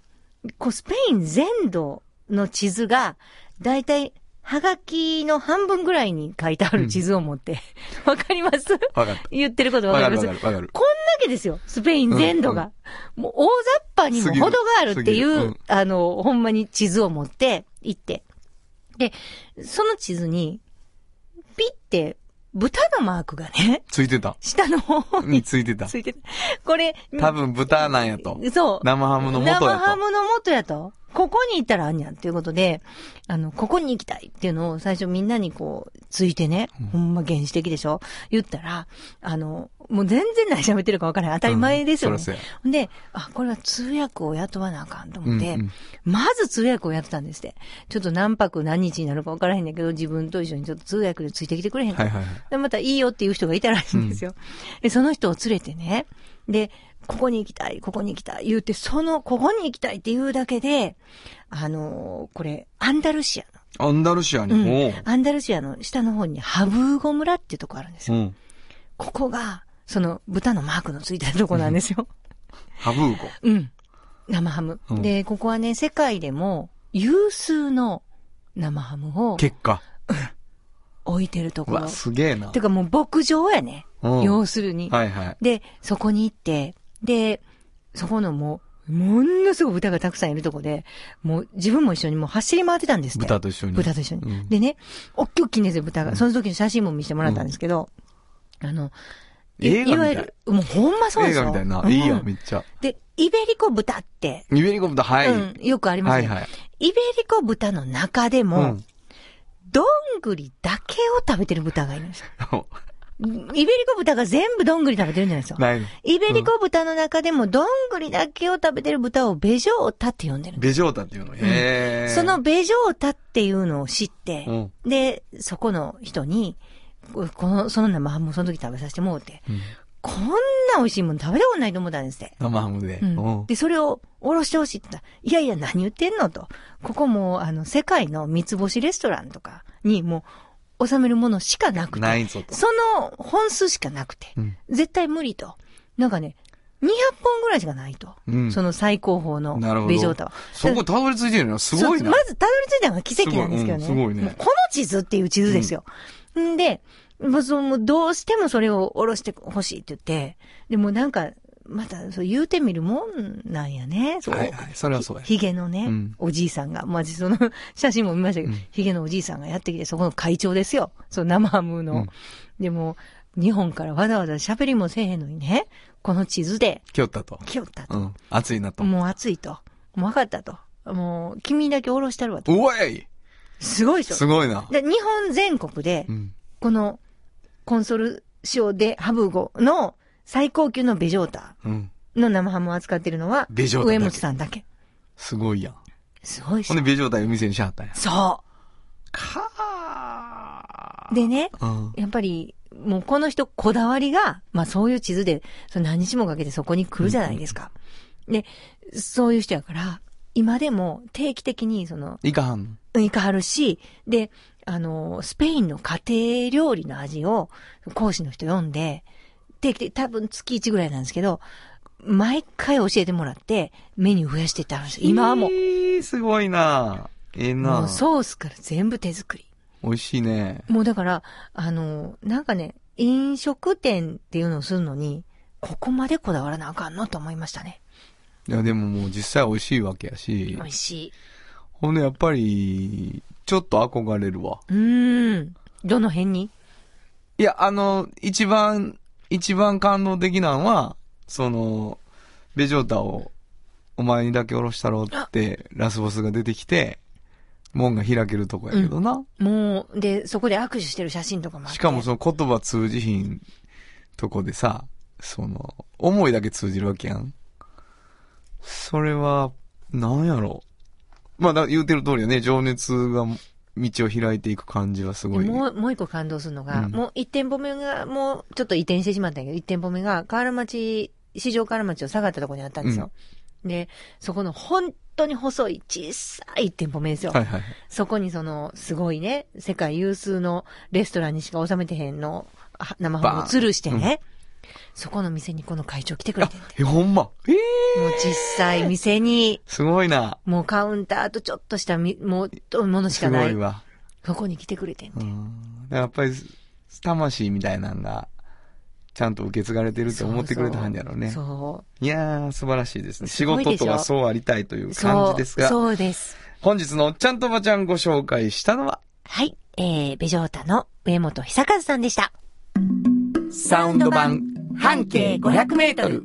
こう、スペイン全土の地図が、だいたいはがきの半分ぐらいに書いてある地図を持って、わ、かり [LAUGHS] ますわかった。言ってることわわかかりるまわすかるわかる。こんだけですよ、スペイン全土が。もう大雑把にも程があるっていすぎるう、うんあの、ほんまに地図を持って行って。で、その地図に、ピッて、豚のマークがね、ついてた。下の方にについてたつ。いてるこれ、多分豚なんやと。そう。生ハムの元や生ハと。ムの元やと。ここに行ったらあんにゃんっていうことで、あの、ここに行きたいっていうのを最初みんなにこう、ついてね、ほんま原始的でしょ言ったら、あの、もう全然何喋ってるかわからない。当たり前ですようんねそ。らそで、あ、これは通訳を雇わなあかんと思って、うんうんまず通訳をやってたんですって。ちょっと何泊何日になるかわからへんだけど、自分と一緒にちょっと通訳でついてきてくれへんかはいはいはい。で、またいいよっていう人がいたらしいんですよ。で、その人を連れてね、で、ここに行きたい、ここに行きたい、言うて、その、ここに行きたいって言うだけで、あのーこれ、アンダルシアアンダルシアにの、うんもう。アンダルシアの下の方にハブーゴ村っていうとこあるんですうよ。ん。ここが、その、豚のマークのついてるとこなんですよ。ハブーゴ。うん。生ハム、うんで、ここはね、世界でも、有数の生ハムを結果。置いてるとうころわ、。すげえな。てかもう牧場やね。うん要するに。はいはい。で、そこに行って、で、そこのもう、ものすごい豚がたくさんいるとこで、もう自分も一緒にもう走り回ってたんですって。豚と一緒に。豚と一緒に。うんでね、おっきいおっきいんですよ、豚が。その時の写真も見せてもらったんですけど、あの、い映画みたいわゆる、もうほんまそうで映すよ画みたいな。うんいいやん、めっちゃ。で、イベリコ豚って、イベリコ豚、はい。うん、よくありまはすいね、はい。イベリコ豚の中でうも、ん。 [LAUGHS] どんぐりだけを食べてる豚がいるんですよ。イベリコ豚が全部どんぐり食べてるんじゃないですか。ないの。イベリコ豚の中でも、どんぐりだけを食べてる豚をベジョータって呼んでる。ベジョータっていうの。へえ。その、ベジョータっていうのを知って、うん。で、そこの人に、ここの、その生ハムをその時食べさせてもうて、うんこんな美味しいもの食べたことないと思ったんですって。生ハムで。ううんん。で、それをおろしてほしいって言ったら、いやいや何言ってんのと。ここもう、あの、世界の三つ星レストランとかにもう、収めるものしかなくて。ないぞと。その本数しかなくて、うん絶対無理と。なんかね、200本ぐらいしかないと。うんその最高峰のなるほど。ベジョータは。そこたどり着いてるのはすごいそなう。まずたどり着いたのが奇跡なんですけどね。すごいうんすごいねもうこの地図っていう地図ですよ。ん、で、もうそのもうどうしてもそれを下ろしてほしいって言って、でもなんか、また、そう言うてみるもんなんやね。そうはいはい。それはそうや。ひげのね、うんおじいさんが、まあ、私その [LAUGHS] 写真も見ましたけど、ひげのおじいさんがやってきて、そこの会長ですよ。そう、生ハムの。でも、日本からわざわざ喋りもせえへんのにね、この地図で、きよったと。来よったうと。ん。暑いなと。もう暑いと。もう分かったと。もう、君だけおろしたるわと。うわいすごいですしょ。ごいな。で日本全国でう、ん。この、コンソルシオでハブゴの最高級のベジョータうん。の生ハムを扱ってるのは、ベジョータだ上け本さんだけ。すごいやん。すごいっしほょんで、ベジョータを店にしはったんや。そかう。でね、うん。やっぱり、もうこの人こだわりが、まあそういう地図で、その何日もかけてそこに来るじゃないですか。で、そういう人やから、今でも定期的にその、いかはんの行かはるし、で、あの、スペインの家庭料理の味を講師の人読んで、定期的、多分月1ぐらいなんですけど、毎回教えてもらって、メニュー増やしていったんですよ。今はもう、えーすごいなええもなうソースから全部手作り。美味しいね。もうだから、あの、なんかね、飲食店っていうのをするのに、ここまでこだわらなあかんのと思いましたね。いや、でももう実際美味しいわけやし美。味しい。ほんで、やっぱり、ちょっと憧れるわ。うーん。どの辺にいや、あの、一番、一番感動的なんは、その、ベジョータを、お前にだけおろしたろって、ラスボスが出てきて、門が開けるとこやけどな。もう、で、そこで握手してる写真とかもあって。しかもその言葉通じひんとこでさ、その、思いだけ通じるわけやん。それは、なんやろまあ、だ言うてる通りやね、情熱が道を開いていく感じはすでごい。もう、もう一個感動するのが、うんもう一店舗目が、もうちょっと移転してしまったんやけど、一店舗目が、河原町、市場河原町を下がったところにあったんですよ。で、そこの本当に細い、小さい一店舗目ですよ。はいはいはい。そこにその、すごいね、世界有数のレストランにしか収めてへんの、は生ハムを吊るしてバーね、そこの店にこの会長来てくれあてんて、え、ほんま。えーもう実際店に、すごいな。もうカウンターとちょっとしたみ、もう、ものしすかごないいわ。そこに来てくれてんうて。んやっぱり、魂みたいなんが、ちゃんと受け継がれてるって思ってくれたはんやろうね。そいやー、素晴らしいですね。仕すごいでしょ。事とはそうありたいといううそう。感じですが、そうです。本日のおっちゃんとおばちゃんご紹介したのは、はい。えー、ベジョータの上本久和さんでした。サウンド版半径500メートル。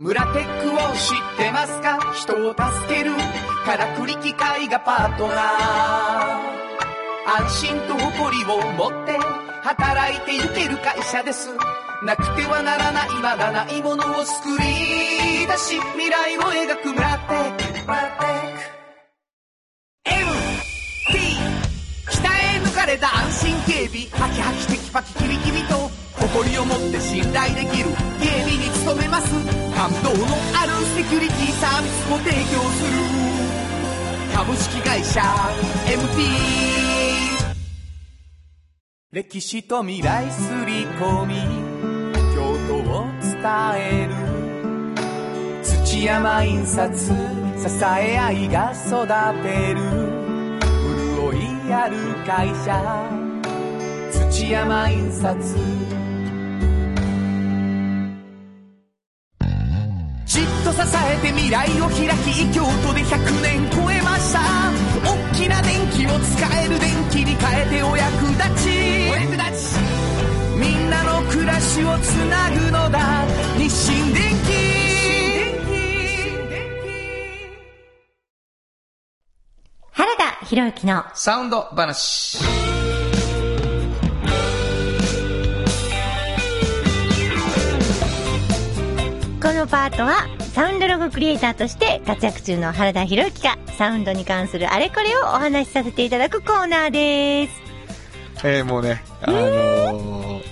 村テックを知ってますか人を助けるからくり機械がパートナー安心と誇りを持って働いてゆける会社ですなくてはならないまだないものを作り出し未来を描く村テック村テック MT 鍛え抜かれた安心警備ハキハキテキパキキビキビと誇りを持って信頼できる警備に努めます感動のあるセキュリティサービスを提供する株式会社 MT 歴史と未来すり込み京都を伝える土山印刷支え合いが育てる潤いある会社土山印刷じっと支えて未来を開き京都で100年超えました大きな電気を使える電気に変えてお役立ちお役立ちみんなの暮らしをつなぐのだ日清電気原田博之のサウンド話。このパートはサウンドロゴクリエイターとして活躍中の原田博之がサウンドに関するあれこれをお話しさせていただくコーナーです。えー、もうね、あのー、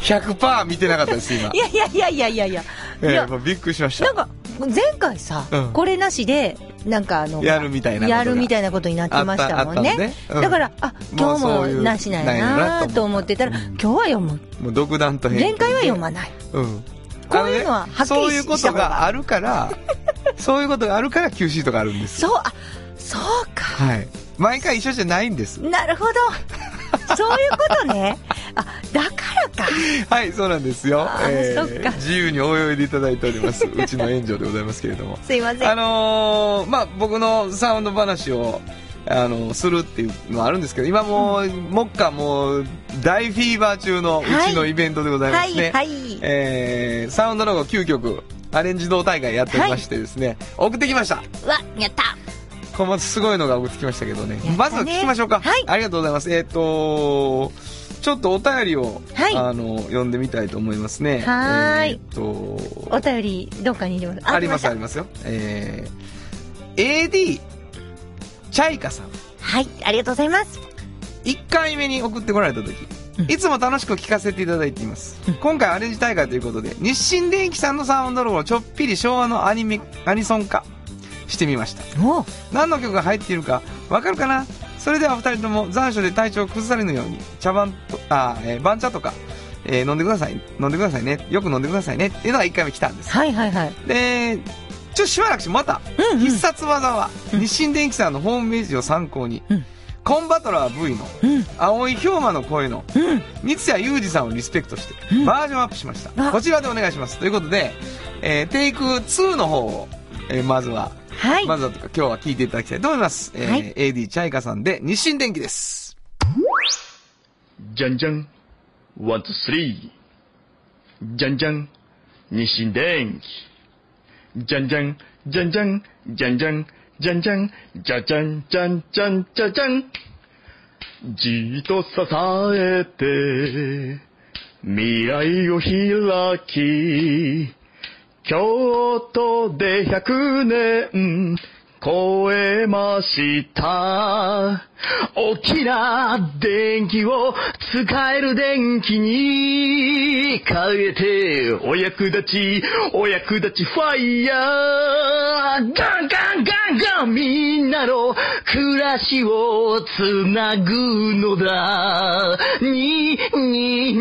100%見てなかったです、今い。やいやいやいやいやいや。いえやー、もうびっくりしましなんた。か、前回さ、うんこれなしで、なんかあの、やるみたいなことがやるみたいなことになってましたもんあったあったんでねね。うんだから、あ、も今う日そもういうなしなんなんややななとと思思っったてたら、今日は読む。もう独断と偏見前回は読まない。うん。こういうのはあねはっきりしそういうことした方ががあるから、そういうことがあるから QC とかあるんですよ。そう、あ、そうか。はい。毎回一緒じゃないんです。な [LAUGHS] るほど。そういうことね。あ、だからか。はい、そうなんですよ。あーそっか自由に泳いでいただいてお [LAUGHS] ります。うちの炎上でございますけれども。すいませあん。のーまあ、僕のサウンド話を、あのするっていうのはあるんですけど、今もう、もっかもう、大フィーバー中のうはいちのイベントでございまはすいね。、はい。えーサウンドロゴ9曲、アレンジ同大会やっておりましてですね、送ってきました。うわ、やったこれまずすごいのが送ってきましたけどね。たねまずは聞きましょうか。はいありがとうございます。えっ、とちょっとお便りを、はいあの、読んでみたいと思いますね。はーいえっ、とお便り、どっかに入れます。ありますあたりますよ。えー、AD、チャイカさん。はい、ありがとうございます。 1回目に送ってこられたう時、んいつも楽しく聞かせていただいています。今回アレンジ大会ということで、日清電機さんのサウンドロゴをちょっぴり昭和のアニメ、アニソン化してみました。おう何の曲が入っているかわかるかなそれではお二人とも残暑で体調を崩されぬように茶番とあ、えー番茶とか、えー飲んでください飲んでくださいねよく飲んでくださいねっていうのが1回目来たんですはいはいはい。でちょっとしばらくしてまた、うんうん必殺技はうん日清電機さんのホームページを参考に、うんコンバトラー V のうん、青井氷馬の声のうん。三ツ谷裕二さんをリスペクトしてうんバージョンアップしました、あこちらでお願いしますということで、えーテイク2の方を、えーまずははい。まずはとか今日は聞いていただきたいと思います。えー AD チャイカさんで日清電機です。じゃんじゃん、ワン、ツー、スリー。じゃんじゃん、日清電気。じゃんじゃん、じゃんじゃん、じゃんじゃん、じゃんじゃん、じゃじゃん、じゃんじゃん、じゃじゃん。じっと支えて、未来を開き、京都で100年超えました。大きな電気を使える電気に変えて、お役立ち、お役立ちファイヤー。ガンガンガンガンみんなの暮らしをつなぐのだ。に、に、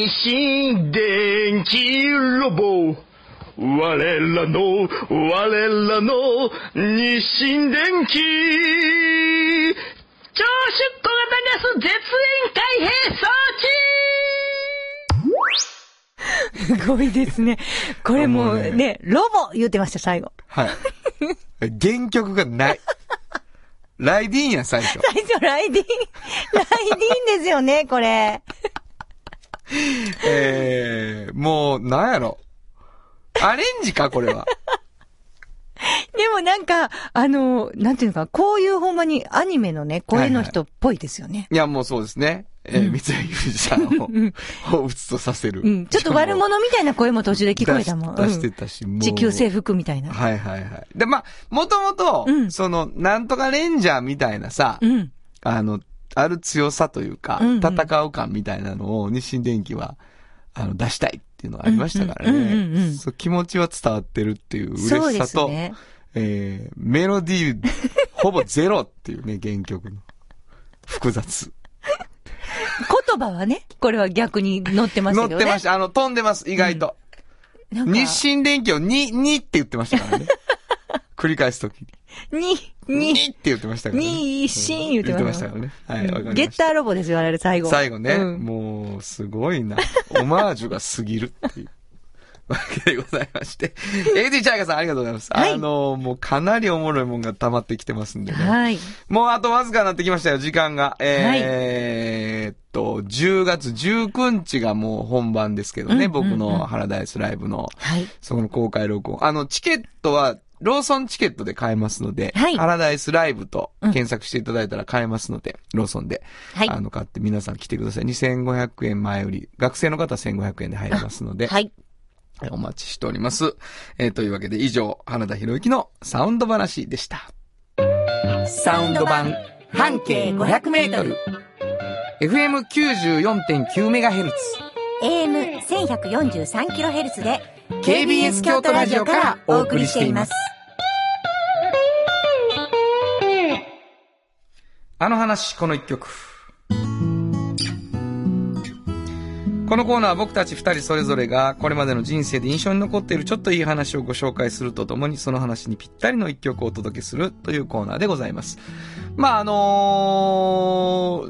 に、新電気ロボ。我らの、我らの、日清電超出機庫型ガス絶縁開閉装すごいですね。これももううねね、ロボ言ってました、最後。はい。 [LAUGHS] 原曲がない。ライディーンや、最初。最初、ライ [LAUGHS] ディン、ライディンですよね、これ。えー、もう、なんやろ。アレンジか、これは。でもなんか、あの、なんていうのか、こういうほんまにアニメのね、声の人っぽいですよね。いや、もうそうですね。えー、三井裕二さんを、彷彿とさせる。うん。ちょっと悪もう者みたいな声も途中で聞こえたもん。出しうん出してたし、もう。地球征服みたいな。はいはいはい。で、まあ、もともとう、んその、なんとかレンジャーみたいなさ、うん。あの、ある強さというか、うんうん戦う感みたいなのを日清電機は、あの、出したいっていうのはありましたからうんうんうんうんうんね。そう気持ちは伝わってるっていう嬉そうしでさすと、ね。えー、メロディー、ほぼゼロっていうね、原曲の。複雑。言葉はね、これは逆に載ってます乗よっね。てました。あの、飛んでます、意外と。なんか、日清電機を2、2って言ってましたから [LAUGHS] ね。繰り返すときに。に、に、2って言ってましたからね。に、しん言って言ってままししたたよからね。はい、わかりました。ゲッターロボですよ、あれ、最後。最後ね、うんもう、すごいな。オマージュが過ぎるっていう。わけでございま [LAUGHS] して。AD チャイカさんありがとうございます。はいあの、もうかなりおもろいもんが溜まってきてますんでね。はい。もうあとわずかになってきましたよ、時間が。えーっと、10月19日がもう本番ですけどね、うん僕のハラダイスライブの、はい。その公開録音。あの、チケットは、ローソンチケットで買えますので、はいハラダイスライブと検索していただいたら買えますので、ローソンで。はいあの、買って皆さん来てください。2500円前売り。学生の方は1500円で入れますので、はい。お待ちしております。えーというわけで以上、花田博之のサウンド話でした。サウンド版半径500メートル。FM94.9MHz。 AM1143kHz で KBS 京都ラジオからお送りしています。あの話、この一曲。このコーナーは僕たち二人それぞれがこれまでの人生で印象に残っているちょっといい話をご紹介するとともにその話にぴったりの一曲をお届けするというコーナーでございます。まああの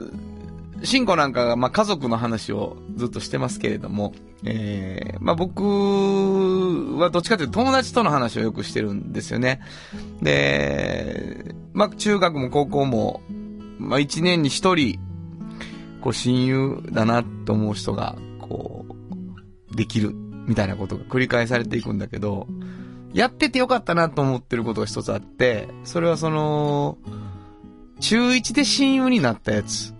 ー、シンコなんかがまあ家族の話をずっとしてますけれども、えー、まあ僕はどっちかというと友達との話をよくしてるんですよね。で、まあ中学も高校も、まあ一年に一人、こう親友だなと思う人が、こう、できるみたいなことが繰り返されていくんだけど、やっててよかったなと思ってることが一つあって、それはその、中1で親友になったやつ。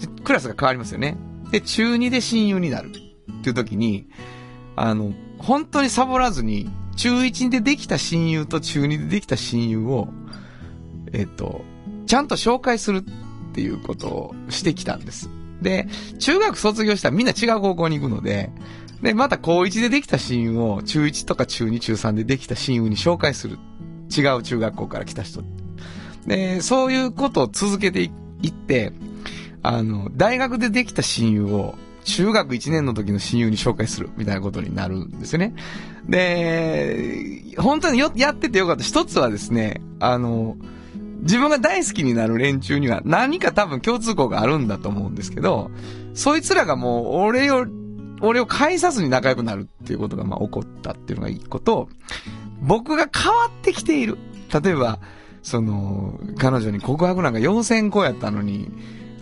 でクラスが変わりますよね。で、中2で親友になるっていう時に、あの、本当にサボらずに、中1でできた親友と中2でできた親友を、えっと、ちゃんと紹介するっていうことをしてきたんです。で、中学卒業したらみんな違う高校に行くので、で、また高1でできた親友を中1とか中2、中3でできた親友に紹介する。違う中学校から来た人。で、そういうことを続けていいって、あの、大学でできた親友を中学1年の時の親友に紹介するみたいなことになるんですよね。で、本当によやっててよかった。一つはですね、あの、自分が大好きになる連中には何か多分共通項があるんだと思うんですけど、そいつらがもう俺を、俺を介さずに仲良くなるっていうことがまあ起こったっていうのが一個と、僕が変わってきている。例えば、その、彼女に告白なんか4000個やったのに、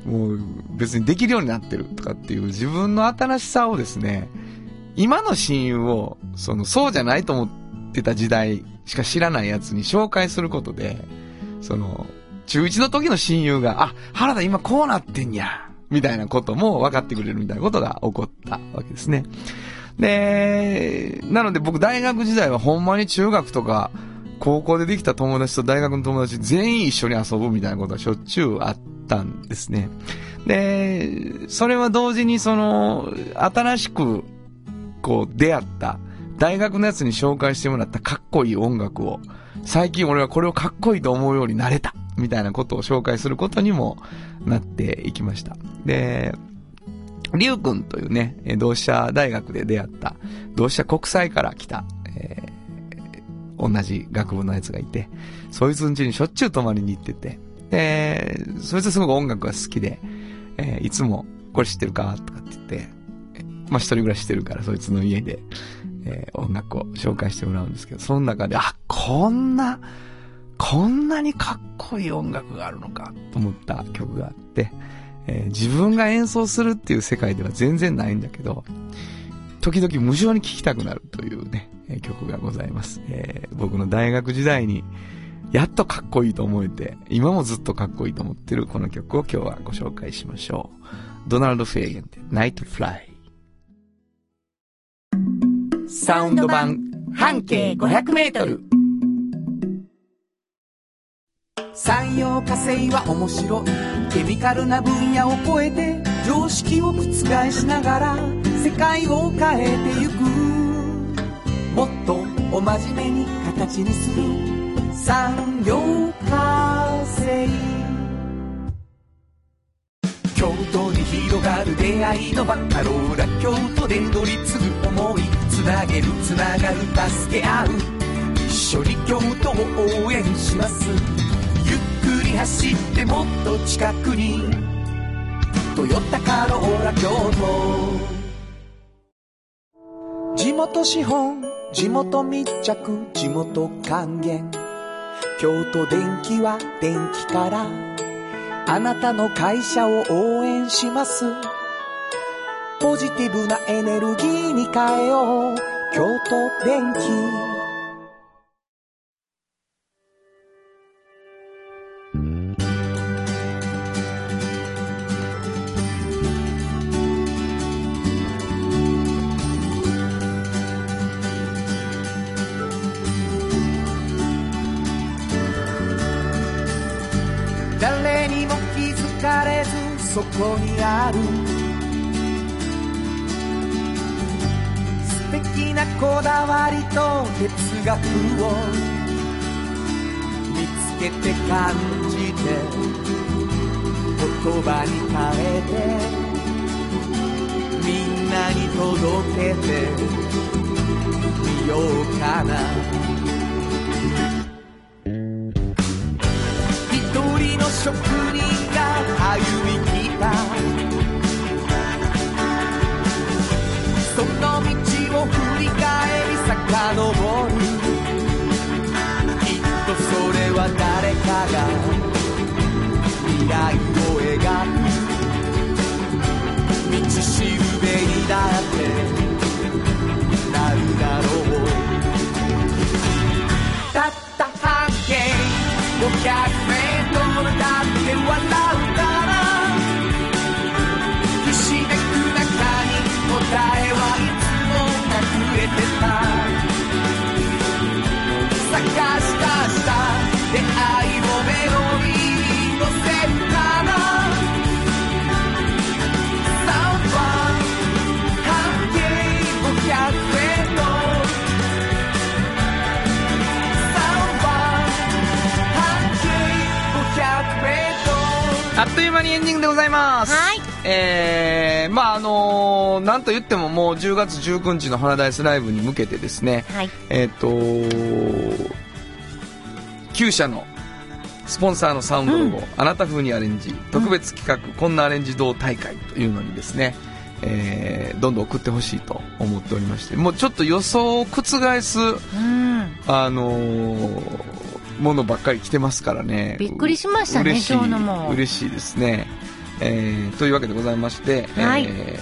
もう別にできるようになってるとかっていう自分の新しさをですね、今の親友を、その、そうじゃないと思ってた時代しか知らないやつに紹介することで、その、中1の時の親友が、あ、原田今こうなってんや、みたいなことも分かってくれるみたいなことが起こったわけですね。で、なので僕大学時代はほんまに中学とか、高校でできた友達と大学の友達全員一緒に遊ぶみたいなことはしょっちゅうあったんですね。で、それは同時にその、新しく、こう出会った、大学のやつに紹介してもらったかっこいい音楽を、最近俺はこれをかっこいいと思うようになれた、みたいなことを紹介することにもなっていきました。で、リュウ君というね、えー同志社大学で出会った、同志社国際から来た、えー同じ学部のやつがいて、そいつん家にしょっちゅう泊まりに行ってて、で、そいつすごく音楽が好きで、えーいつも、これ知ってるかとかって言って、えまあ一人暮らししてるから、そいつの家で、えー音楽を紹介してもらうんですけど、その中で、あ、こんな、こんなにかっこいい音楽があるのか、と思った曲があって、えー自分が演奏するっていう世界では全然ないんだけど、時々無償に聴きたくなるというね、えー曲がございます。えー僕の大学時代に、やっとかっこいいと思えて、今もずっとかっこいいと思ってるこの曲を今日はご紹介しましょう。ドナルド・フェーゲンで、ナイト・フライ。サウンド版、半径500メートル。産業化成は面白いケミカルな分野を超えて常識を覆しながら世界を変えてゆくもっとお真面目に形にする産業化成京都に広がる出会いのバカローラ京都で乗り継ぐ思いつなげるつながる助け合う一緒に京都を応援しますゆっくり走ってもっと近くに「トヨタカローラ京都」地元資本地元密着地元還元京都電気は電気からあなたの会社を応援します。ポジティブなエネルギーに変えよう。京都電気。誰にも気づかれずそこにある。素敵なこだわりと哲学を見つけて感じて言葉に変えてみんなに届けてみようかな一人の職人が歩み来たその道を振り返り遡るきっとそれは誰かが未来を描く道しるべにだってなるだろうたった半径500メートルだって笑うからひしめく中に答えはいつも隠れてた探した明日出会いをメロディーに乗せるかなサウンド半径500メートルあっという間にエンディングでございます。はい。えー、まああのーなんと言ってももう10月19日の花ダイスライブに向けてですね、はい。えっ、と旧社のスポンサーのサウンドロゴをあなた風にアレンジ、特別企画、こんなアレンジ同大会というのにですね、えーどんどん送ってほしいと思っておりまして、もうちょっと予想を覆す、うん。あのーものばっかり来てますからね。びっくりしましたね嬉しい今日のも嬉しいですね。えーというわけでございまして、はいえ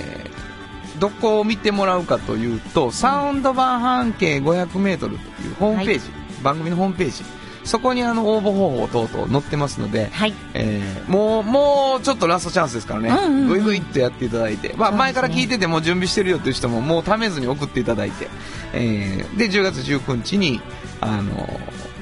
ーどこを見てもらうかというと、サウンド版半径500メートルというホームページ、番組のホームページ、そこにあの応募方法等々載ってますので、はい。えーもう、もうちょっとラストチャンスですからね、うんうんうんぐいぐいっとやっていただいて、そうでまあ、すね前から聞いててもう準備してるよという人も、もうためずに送っていただいて、えーで、10月19日に、あの、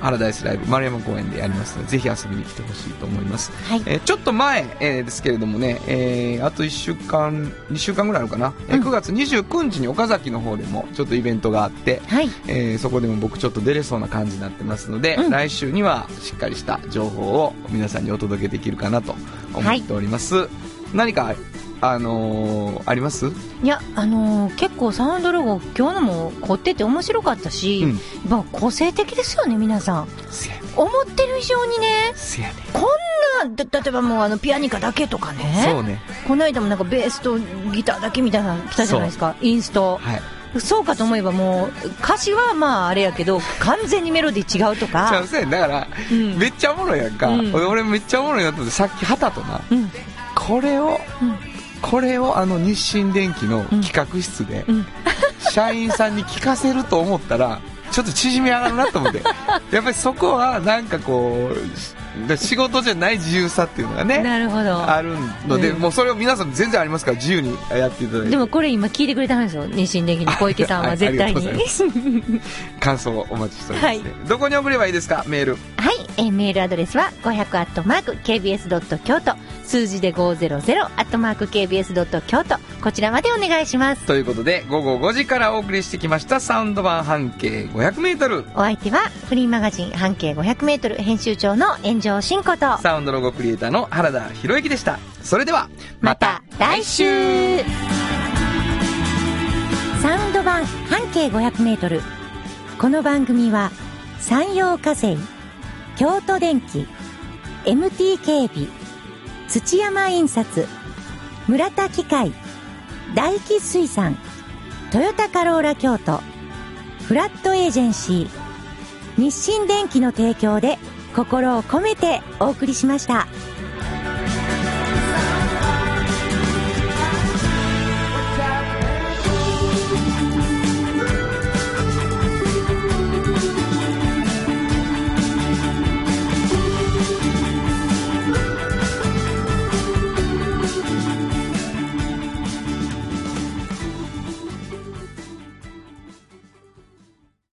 ハラダイスライブ、丸山公園でやりますので、ぜひ遊びに来てほしいと思います。はいえーちょっと前、えーですけれどもね、えーあと1週間、2週間ぐらいあるかな、えー9月29日に岡崎の方でも、ちょっとイベントがあって、はい。えーそこでも僕ちょっと出れそうな感じになってますので、うん来週にはしっかりした情報を皆さんにお届けできるかなと思っております、何かあのーありますいや、あのー結構サウンドロゴ、今日のも凝ってて面白かったし、うんまあ個性的ですよね、皆さん。せやね思ってる以上にね、せやねこんな、た例えばもうあのピアニカだけとかね。そうねこの間もなんかベースとギターだけみたいなの来たじゃないですか、インスト。はいそうかと思えばもう、歌詞はまああれやけど、完全にメロディー違うとじゃあか。せやねだから、うんめっちゃおもろいやんか、うん俺俺めっちゃおもろいなと思ってさっき旗となうん、これを、うんこれをあの日清電機の企画室で、うん。社員さんに聞かせると思ったらちょっと縮み上がるな [LAUGHS] と思ってやっぱりそこはなんかこうし仕事じゃない自由さっていうのがねなるほど。あるので、うんもうそれを皆さん全然ありますから自由にやっていただいでてもこれ今聞いてくれたんですよ、妊娠できの小池さんははい絶対に。あはりいが、感想をお待ちしております、ねどこに送ればいいですかメールえーメールアドレスは500アットマーク KBS ドット京都数字で500アットマーク KBS ドット京都こちらまでお願いしますということで午後5時からお送りしてきましたサウンド版半径 500m お相手はフリーマガジン半径 500m 編集長の炎上真子とサウンドロゴクリエイターの原田博之でしたそれではまた来週サウンド版半径 500m この番組は山陽火星京都電機 MT 警備土山印刷村田機械大気水産トヨタカローラ京都フラットエージェンシー日清電機の提供で心を込めてお送りしました。